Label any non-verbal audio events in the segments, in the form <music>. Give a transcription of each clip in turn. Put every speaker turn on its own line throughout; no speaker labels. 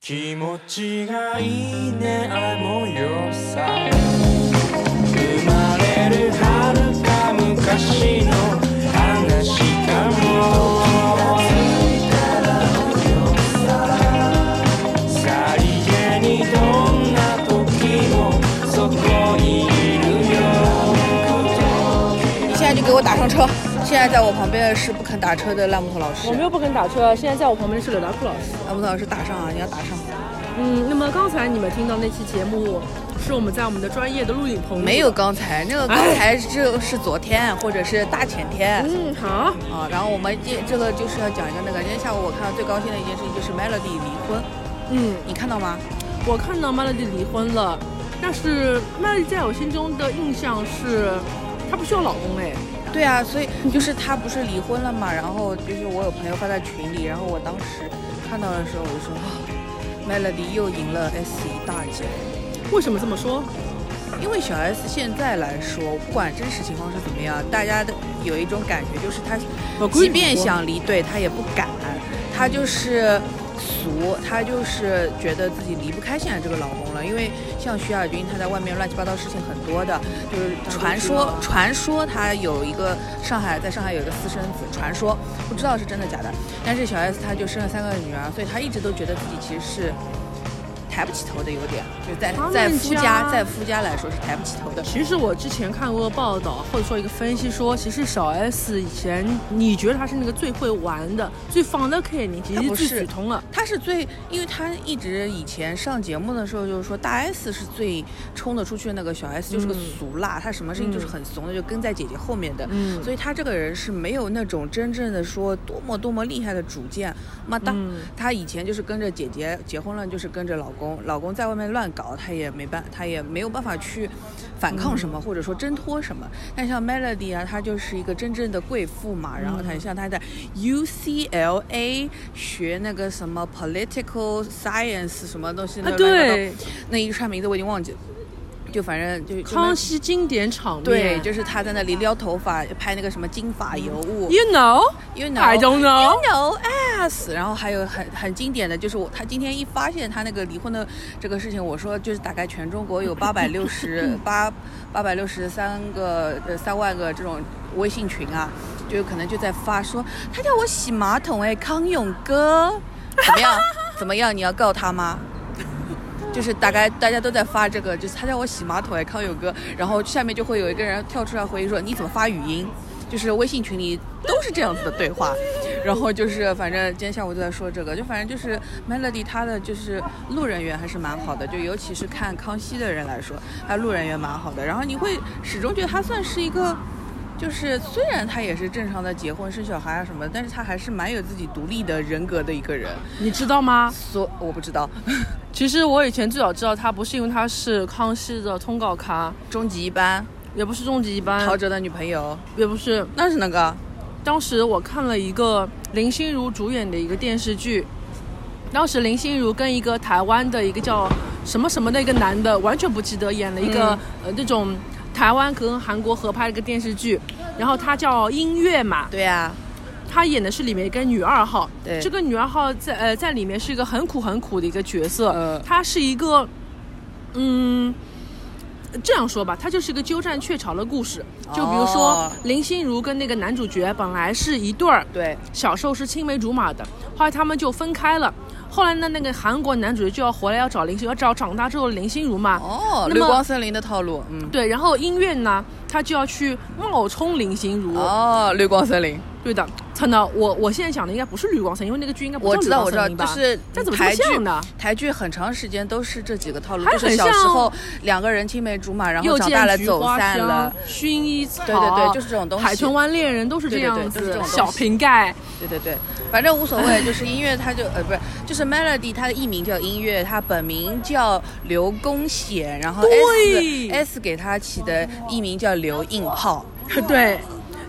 気持ちがいいねあの夜さ生まれる遥か昔の話かもさりげにどんな時もそこにいる
你现在就给我打上车。现在在我旁边的是不肯打车的烂木头老师，
我没有不肯打车，现在在我旁边的是柳达库老师。
烂木头老师打上啊，你要打上。
嗯，那么刚才你们听到那期节目，是我们在我们的专业的录影棚。
没有。刚才那个，刚才这是昨天或者是大前天
嗯，好。
啊。然后我们这这个就是要讲一个那个，今天下午我看到最高兴的一件事情就是 Melody 离婚，
嗯，
你看到吗？
我看到 Melody 离婚了，但是 Melody 在我心中的印象是，她不需要老公哎。
对啊，所以就是她不是离婚了嘛，然后就是我有朋友发在群里，然后我当时看到的时候，我就说啊，Melody 又赢了 S 一大截。
为什么这么说？
因为小 S 现在来说，不管真实情况是怎么样，大家的有一种感觉就是她
我闺女
即便想离队，她也不敢，她就是俗，她就是觉得自己离不开现在这个老公了。因为像徐亚军，她在外面乱七八糟事情很多的，就是传说传说她有一个上海，在上海有一个私生子，传说不知道是真的假的。但是小 S 她就生了三个女儿，所以她一直都觉得自己其实是。抬不起头的有点，就在
他们
在夫家
家
在夫家来说是抬不起头的。
其实我之前看过个报道，或者说一个分析说，其实小 S 以前你觉得她是那个最会玩的、最放得开的，你其
她不
实最
是
普通了。
他是最，因为他一直以前上节目的时候就是说，大 S 是最冲得出去的那个，小 S 就是个俗辣，他什么事情就是很怂的，就跟在姐姐后面的。
嗯
所以他这个人是没有那种真正的说多么多么厉害的主见，妈当、
嗯
他以前就是跟着姐姐结婚了，就是跟着老公，老公在外面乱搞，他也没办，他也没有办法去反
嗯
抗什么，或者说挣脱什么。但像 Melody 啊，她就是一个真正的贵妇嘛，然后
嗯
她像她在 UCLA 学那个什么 political science 什么东西，
啊，
那乱七八糟
对，
那一串名字我已经忘记了，就反正就就那
康熙经典场面。
对，就是她在那里撩头发，拍那个什么金发尤物。
You know,
You know,
I don't know.
You know ass，然后还有很很经典的就是我，他今天一发现他那个离婚的这个事情，我说就是大概全中国有八百六十八八百六十三个呃三万个这种微信群啊，就可能就在发说他叫我洗马桶哎，康永哥怎么样 <laughs> 怎么样？你要告他吗？就是大概大家都在发这个，就是他叫我洗马桶哎，康永哥，然后下面就会有一个人跳出来回应说你怎么发语音？就是微信群里都是这样子的对话，然后就是反正今天下午就在说这个，就反正就是 Melody 她的就是路人缘还是蛮好的，就尤其是看康熙的人来说，她路人缘蛮好的，然后你会始终觉得她算是一个。就是虽然她也是正常的结婚生小孩啊什么，但是她还是蛮有自己独立的人格的一个人。
你知道吗？
所我不知道，
其实我以前最早知道他，不是因为他是康熙的通告咖，
终极一班，
也不是终极一
陶
班，
喆的女朋友，
也不是。
那是哪个？
当时我看了一个林心如主演的一个电视剧，当时林心如跟一个台湾的一个叫什么什么的一个男的，完全不记得，演了一个、呃那种台湾跟韩国合拍的一个电视剧，然后他叫音乐嘛，
对呀、
她演的是里面一个女二号，
对
这个女二号在呃在里面是一个很苦很苦的一个角色，
嗯
她是一个，嗯，这样说吧，她就是一个鸠占鹊巢的故事。就比如说、
哦
林心如跟那个男主角本来是一对儿，
对，
小时候是青梅竹马的，后来他们就分开了。后来呢，那个韩国男主角就要回来要找林心，要找长大之后的林心如嘛。
哦，
那么
流光森林的套路，嗯，
对，然后音乐呢，他就要去冒充林心如。
哦，流光森林，
对的，真的，我我现在想的应该不是绿光森林，因为那个剧应该不
我
叫
知
绿
道，
光
我知道，
森林
就
吧？
是
这怎么
台
会
剧
像呢？
台剧很长时间都是这几个套路，
还
就是
很
小时
像
候两个人青梅竹马，然后
又
长大了
见菊
走
花
散
香
了，，
薰衣草，
对对对就是这种东西
海豚湾恋人都是这
对对对
样
都是这
子
种，东西
小瓶盖， <laughs>
对对对，反正无所谓，就是音乐，它就呃不是，就是 Melody，它的艺名叫音乐，它本名叫刘公显，然后 S
对
S 给他起的艺名叫刘硬炮，
对。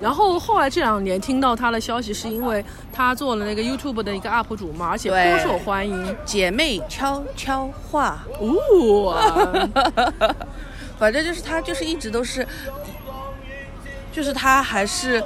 然后后来这两年听到他的消息，是因为他做了那个 YouTube 的一个 UP 主嘛，而且
对
颇受欢迎。
姐妹悄悄话。
哦，
<laughs> 反正就是他，就是一直都是，就是他还是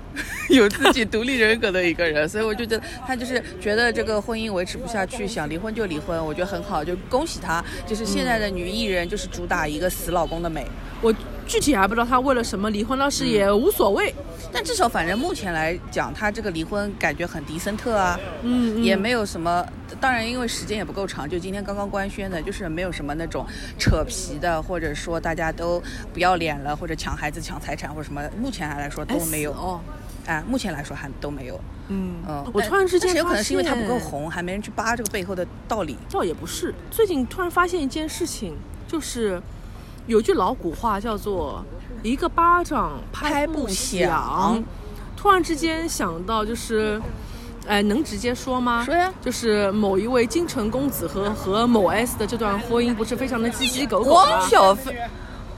<laughs> 有自己独立人格的一个人，所以我就觉得他就是觉得这个婚姻维持不下去，想离婚就离婚，我觉得很好，就恭喜他。就是现在的女艺人就是主打一个死老公的美，
我具体还不知道他为了什么离婚，倒是也无所谓。
但至少反正目前来讲，他这个离婚感觉很迪森特啊，
嗯，
也
嗯
没有什么。当然，因为时间也不够长，就今天刚刚官宣的，就是没有什么那种扯皮的，或者说大家都不要脸了，或者抢孩子、抢财产或者什么，目前来说都没有。
哦，
哎，目前来说还都没有。
嗯
嗯，
我
但
突然之
但
间
是有可
发
能是因为他不够
现
红，还没人去扒这个背后的道理。
倒也不是，最近突然发现一件事情，就是有句老古话叫做“一个巴掌
拍
不
不响
突然之间想到，就是，哎，能直接说吗？
说呀
就是某一位京城公子和和某 S 的这段婚姻，不是非常的鸡鸡狗狗吗
汪？小菲，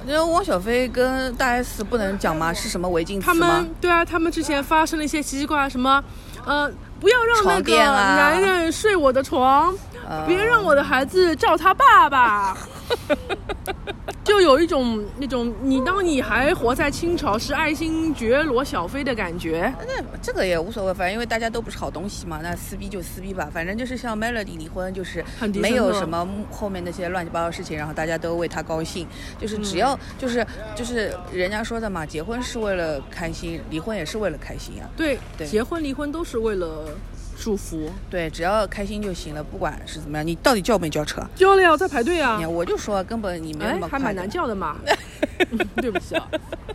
那汪小菲跟大 S 不能讲吗？是什么违禁词
他
吗
们？对啊，他们之前发生了一些奇奇怪怪什么，呃，不要让那
床
个
垫啊
男人睡我的床，
呃
别让我的孩子叫他爸爸。 <laughs> 就有一种那种你当你还活在清朝时爱新觉罗小妃的感觉，
那这个也无所谓，反正因为大家都不是好东西嘛，那撕逼就撕逼吧。反正就是像 Melody 离婚，就是
很低
没
声
有
的
什么幕后面那些乱七八糟事情，然后大家都为他高兴。就是
嗯
只要、就是就是人家说的嘛，结婚是为了开心，离婚也是为了开心呀、啊
对，
对
结婚离婚都是为了祝福。
对，只要开心就行了，不管是怎么样，你到底叫没叫车？
交了呀，在排队啊
你看，。我就说根本你没有那
哎
么，
还
快
蛮
的
难叫的 <laughs> 嘛。对不起啊，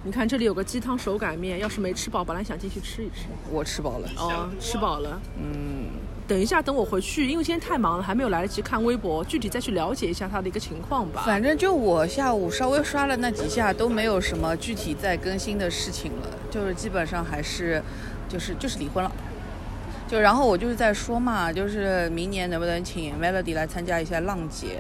你看这里有个鸡汤手擀面，要是没吃饱，本来想进去吃一吃。
我吃饱了。
哦，吃饱了。
嗯，
等一下，等我回去，因为今天太忙了，还没有来得及看微博，具体再去了解一下他的一个情况吧。
反正就我下午稍微刷了那几下，都没有什么具体在更新的事情了，就是基本上还是，就是就是离婚了。就然后我就是在说嘛，就是明年能不能请 Melody 来参加一下浪姐？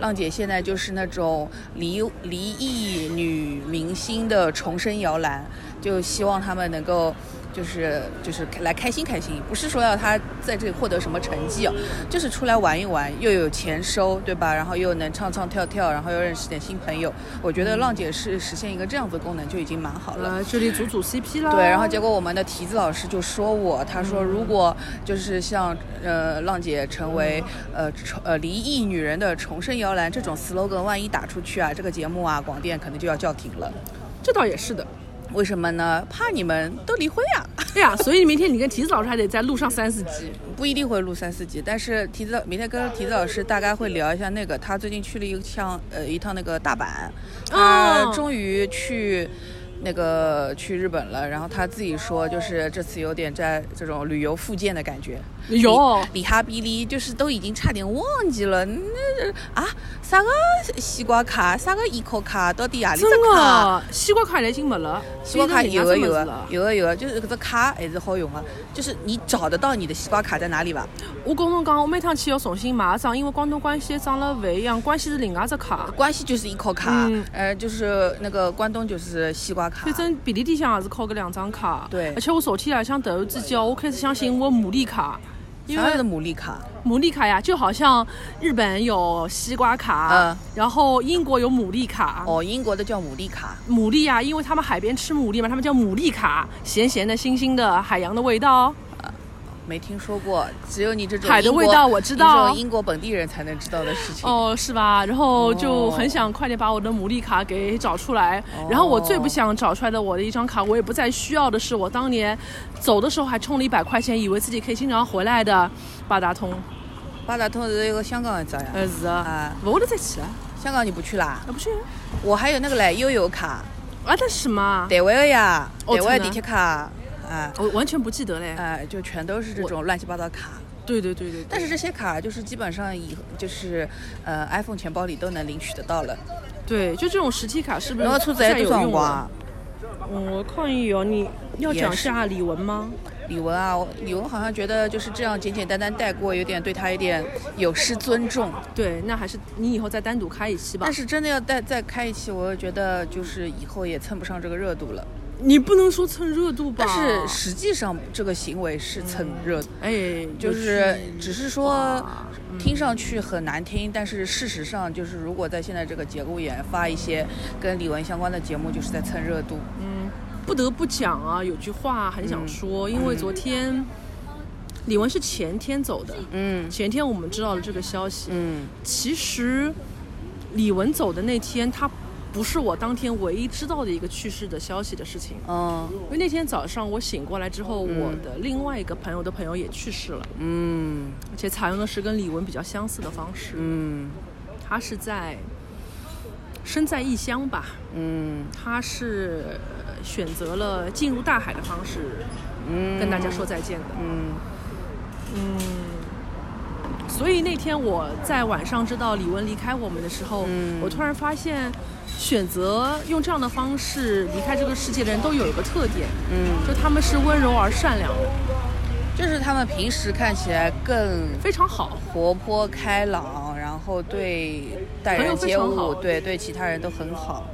浪姐现在就是那种离离异女明星的重生摇篮，就希望她们能够。就是就是来开心开心，不是说要她在这里获得什么成绩哦，就是出来玩一玩，又有钱收，对吧？然后又能唱唱跳跳，然后又认识点新朋友。我觉得浪姐是实现一个这样子的功能就已经蛮好了。
呃，这里组组 CP 啦。
对，然后结果我们的提子老师就说我，他说如果就是像呃浪姐成为呃重呃离异女人的重生摇篮这种 slogan，万一打出去啊，这个节目啊广电可能就要叫停了。 <laughs>
这倒也是的。 <laughs>
为什么呢？怕你们都离婚啊呀、
哎呀，所以明天你跟提子老师还得再录上三四集。
不一定会录三四集，但是提子明天跟提子老师大概会聊一下那个，他最近去了一趟呃一趟那个大阪，他
哦
终于去。那个去日本了，然后他自己说，就是这次有点在这种旅游复健的感觉。
有
里哈比里，就是都已经差点忘记了，那啊啥个西瓜卡，啥个伊口卡，到底阿里
真
只卡？
的，西瓜卡已经没了，
西瓜卡
所以
有
人
的
家这么啊
有的
子了。
有的啊有的，就是搿只卡还是好用啊，就是你找得到你的西瓜卡在哪里吧？
我跟侬讲，我每趟去要重新买一张，因为广东关系长了勿一样，关系是另外只卡。
关系就是依靠卡，
嗯
呃，就是那个关东就是西瓜卡
反，正便利店向也是靠搿两张卡。
对
而且我昨天夜向突然之间，我开始相信我牡蛎卡，因
啥
为啊
是牡蛎卡？
牡蛎卡呀，就好像日本有西瓜卡，
嗯
然后英国有牡蛎卡。
哦，英国的叫牡蛎卡。
牡蛎啊呀，因为他们海边吃牡蛎嘛，他们叫牡蛎卡，咸咸的、腥腥的，海洋的味道。
没听说过，只有你这种
海的
英国
味道我知道
你这种英国本地人才能知道的事情。
哦，是吧？然后就很想快点把我的牡蛎卡给找出来。然后我最不想找出来的我的一张卡，我也不再需要的是我当年走的时候还充了一百块钱，以为自己可以经常回来的八达通。
八达通是一个香港人咋呀？
呃，是
啊
啊，不会得再去了，
香港你不去啦？
啊不去啊？
我还有那个嘞，悠游卡，
啊，那是什么啊？
台湾的呀，台湾的
哦真的
地铁卡，啊
我完全不记得嘞。
啊，就全都是这种乱七八糟卡。
对对对对对。
但是这些卡就是基本上以就是，呃，iPhone 钱包里都能领取得到了。
对，就这种实体卡是不是
侬个车子还多
再嗯
少
有
辰
用
光
了？
啊？
我抗议哦，你要
也
讲
是
下李玟吗？
李玟啊，我李玟好像觉得就是这样简简单单带过，有点对她有点有失尊重。
对，那还是你以后再单独开一期吧
但。是真的要再再开一期，我又觉得就是以后也蹭不上这个热度了。
你不能说蹭热度吧？
但是实际上这个行为是蹭热度，
哎，
就是嗯只是说
哇
听上去很难听，但是事实上就是如果在现在这个节骨眼发一些跟李玟相关的节目，就是在蹭热度。
嗯，不得不讲啊，有句话很想说，因为昨天李玟是前天走的，
嗯
前天我们知道了这个消息。
嗯
其实李玟走的那天，她不是我当天唯一知道的一个去世的消息的事情，
哦
因为那天早上我醒过来之后，我的另外一个朋友的朋友也去世了，
嗯
而且采用的是跟李玟比较相似的方式，
嗯
她是在身在异乡吧，
嗯
她是呃选择了进入大海的方式
嗯
跟大家说再见的。
嗯
所以那天我在晚上知道李玟离开我们的时候，
嗯
我突然发现，选择用这样的方式离开这个世界的人都有一个特点，
嗯，
就他们是温柔而善良的，
就是他们平时看起来更
非常好。
活泼开朗，然后对待人接
朋友非常
物，
好
对对其他人都很好。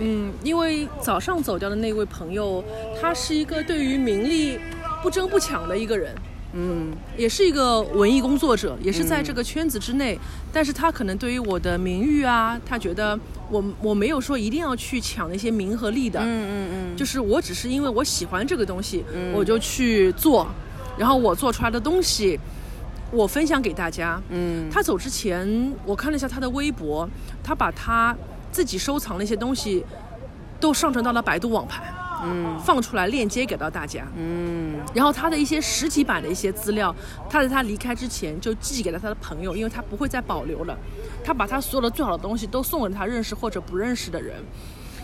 嗯，因为早上走掉的那位朋友，他是一个对于名利不争不抢的一个人。
嗯
也是一个文艺工作者，也是在这个圈子之内，但是他可能对于我的名誉啊，他觉得我我没有说一定要去抢那些名和利的，
嗯嗯嗯，
就是我只是因为我喜欢这个东西，我就去做，然后我做出来的东西，我分享给大家。
嗯
他走之前，我看了一下他的微博，他把他自己收藏的一些东西都上传到了百度网盘，嗯，放出来链接给到大家。
嗯
然后他的一些实体版的一些资料，他在他离开之前就寄给了他的朋友，因为他不会再保留了。他把他所有的最好的东西都送给他认识或者不认识的人。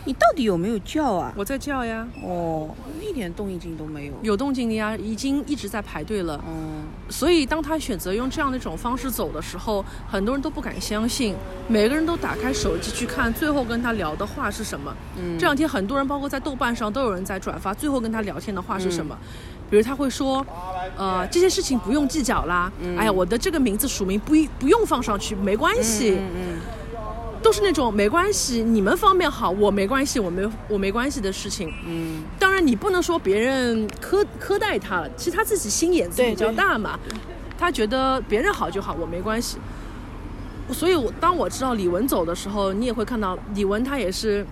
你到底有没有叫啊？
我在叫呀，
哦，一点动静都没有。
有动静的呀，已经一直在排队了。
嗯
所以当他选择用这样的一种方式走的时候，很多人都不敢相信，每个人都打开手机去看最后跟他聊的话是什么。
嗯
这两天很多人，包括在豆瓣上都有人在转发最后跟他聊天的话是什么。比如他会说，呃，这些事情不用计较啦。
嗯
哎呀，我的这个名字署名不一不用放上去，没关系。
嗯
都是那种没关系，你们方便好，我没关系，我没我没关系的事情。
嗯
当然，你不能说别人苛苛待他了，其实他自己心眼子
对
比较大嘛，他觉得别人好就好，我没关系。所以我，当我知道李玟走的时候，你也会看到李玟她也是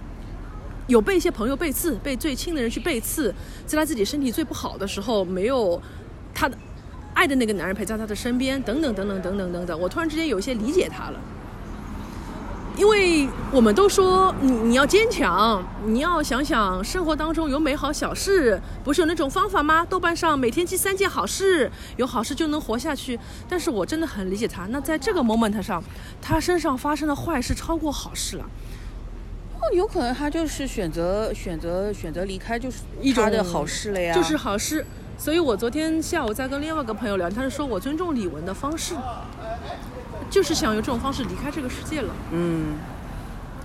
有被一些朋友背刺，被最亲的人去背刺，在她自己身体最不好的时候，没有她的爱的那个男人陪在她的身边，等等等等等等等等，我突然之间有一些理解她了。因为我们都说你你要坚强，你要想想生活当中有美好小事，不是有那种方法吗？豆瓣上啊每天记三件好事，有好事就能活下去。但是我真的很理解他，那在这个 moment 上，他身上发生的坏事超过好事了，
哦，有可能他就是选择选择选择离开，就是
一种
他的好事了呀。
就是好事。所以我昨天下午在跟另外一个朋友聊，他是说我尊重李玟的方式，就是想用这种方式离开这个世界了，
嗯，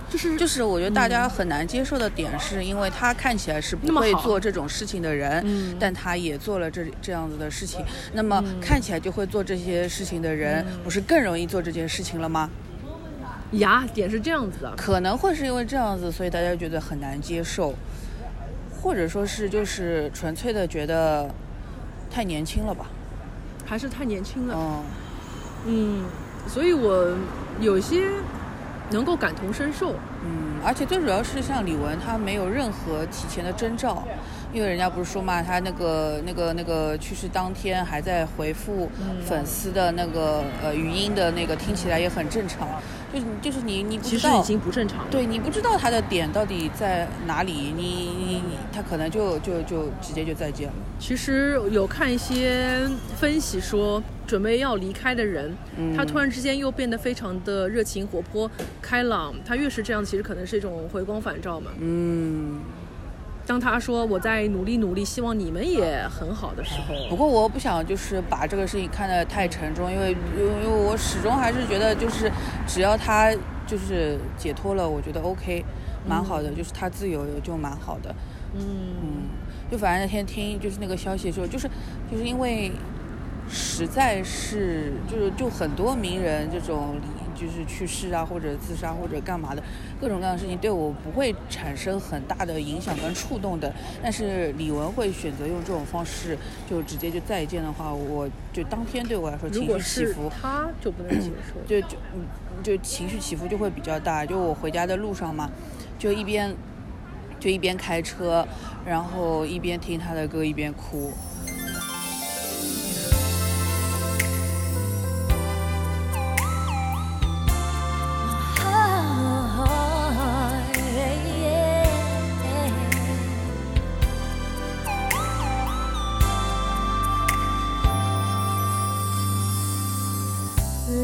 就是
就是我觉得大家很难接受的点，是因为他看起来是
嗯那
不
么
会
好
做这种事情的人，
嗯
但他也做了这这样子的事情。那么看起来就会做这些事情的人，
嗯
不是更容易做这件事情了吗？
呀，点是这样子的。
可能会是因为这样子，所以大家觉得很难接受，或者说是就是纯粹的觉得太年轻了吧？
还是太年轻了，
嗯
嗯，所以我有些能够感同身受，
嗯，而且最主要是像李玟，她没有任何提前的征兆，因为人家不是说嘛，她那个那个那个去世当天还在回复
嗯
粉丝的那个呃语音的那个，听起来也很正常，就是你就是你你不
其
知
实
道
已。经不正常了。
对你不知道她的点到底在哪里，你你你，她可能就就就直接就再见了。
其实有看一些分析说，准备要离开的人，
嗯
他突然之间又变得非常的热情、活泼、开朗。他越是这样，其实可能是一种回光返照嘛。
嗯，
当他说我在努力努力，希望你们也很好的时
不
候，
过我不想就是把这个事情看得太沉重，因为因为因为我始终还是觉得就是只要他就是解脱了，我觉得 OK，蛮好的，就是他自由也就蛮好的。
嗯，
嗯，就反正那天听就是那个消息的时候，就是就是因为实在是就是就很多名人这种就是去世啊或者自杀或者干嘛的各种各样的事情，对我不会产生很大的影响跟触动的。但是李玟会选择用这种方式就直接就再见的话，我就当天对我来说
如
情
果
绪起
是
伏
他就不能接
<clears throat>
受。
就就嗯就情绪起伏就会比较大。就我回家的路上嘛，就一边就一边开车，然后一边听他的歌一边哭。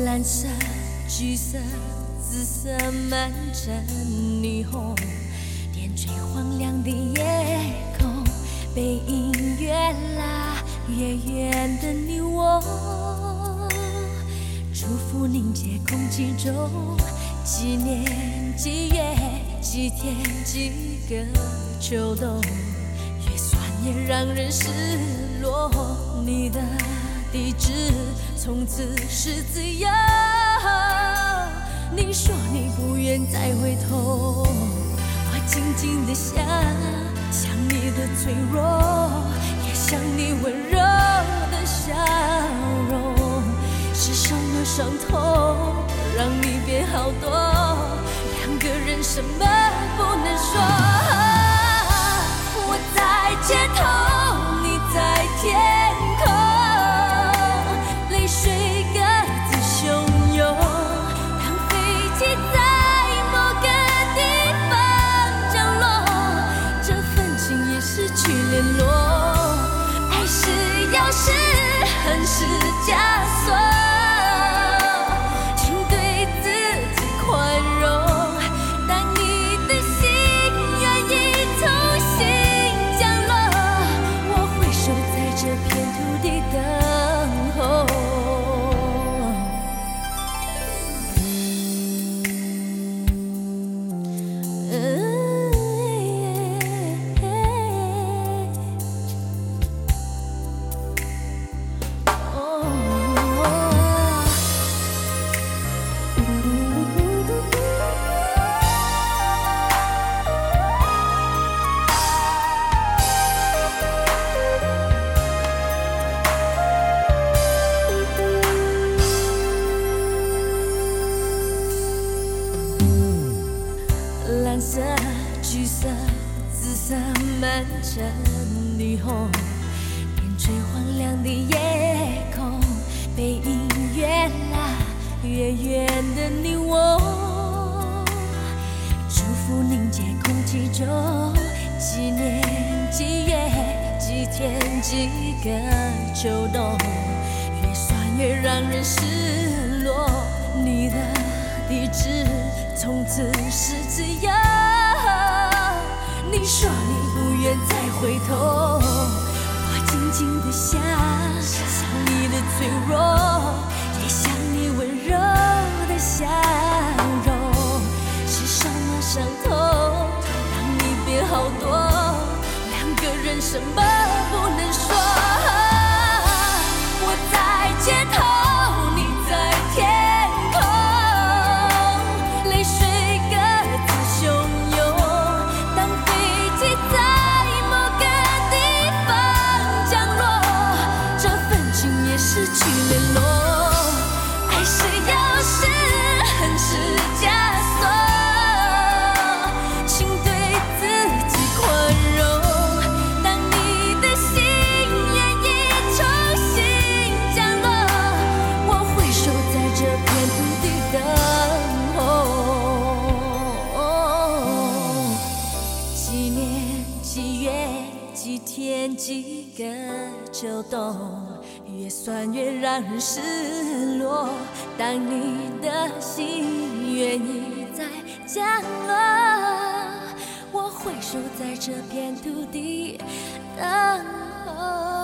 蓝色、橘色、紫色满城霓虹，点缀荒凉的夜空，被音乐拉越远的你我，祝福凝结空气中，几年几月几天几个秋冬，越酸也让人失落。你的地址从此是自由。你说你不愿再回头，我静静的想，想你的脆弱，也想你温柔的笑容。是什么伤痛让你变好多？两个人什么不能说？我在街头，你在天空，泪水各自汹涌。当飞机在某个地方降落，这份情也失去联络。爱是钥匙，恨是枷锁。请对自己宽容。当你的心愿意重新降落，我会守在这片土地等候。嗯哎蓝色、橘色、紫色满城霓虹，点缀荒凉的夜空，被音乐拉越远的你我，祝福凝结空气中，几年几月几天几个秋冬，越酸越让人失落。你的地址从此是自由。你说你不愿再回头，我静静的想，想你的脆弱，也想你温柔的笑容。是什么伤痛让你变好多？两个人什么不能说？我在街头，你在天空，泪水各自汹涌。当飞机在某个地方降落，这份情也失去联络。爱是钥匙，恨是枷锁，请对自己宽容。当你的心愿意重新降落，我会守在这片土地等候。几年几月几天几个秋冬，越算越让人失落。当你的心愿意在降落，我会守在这片土地等候。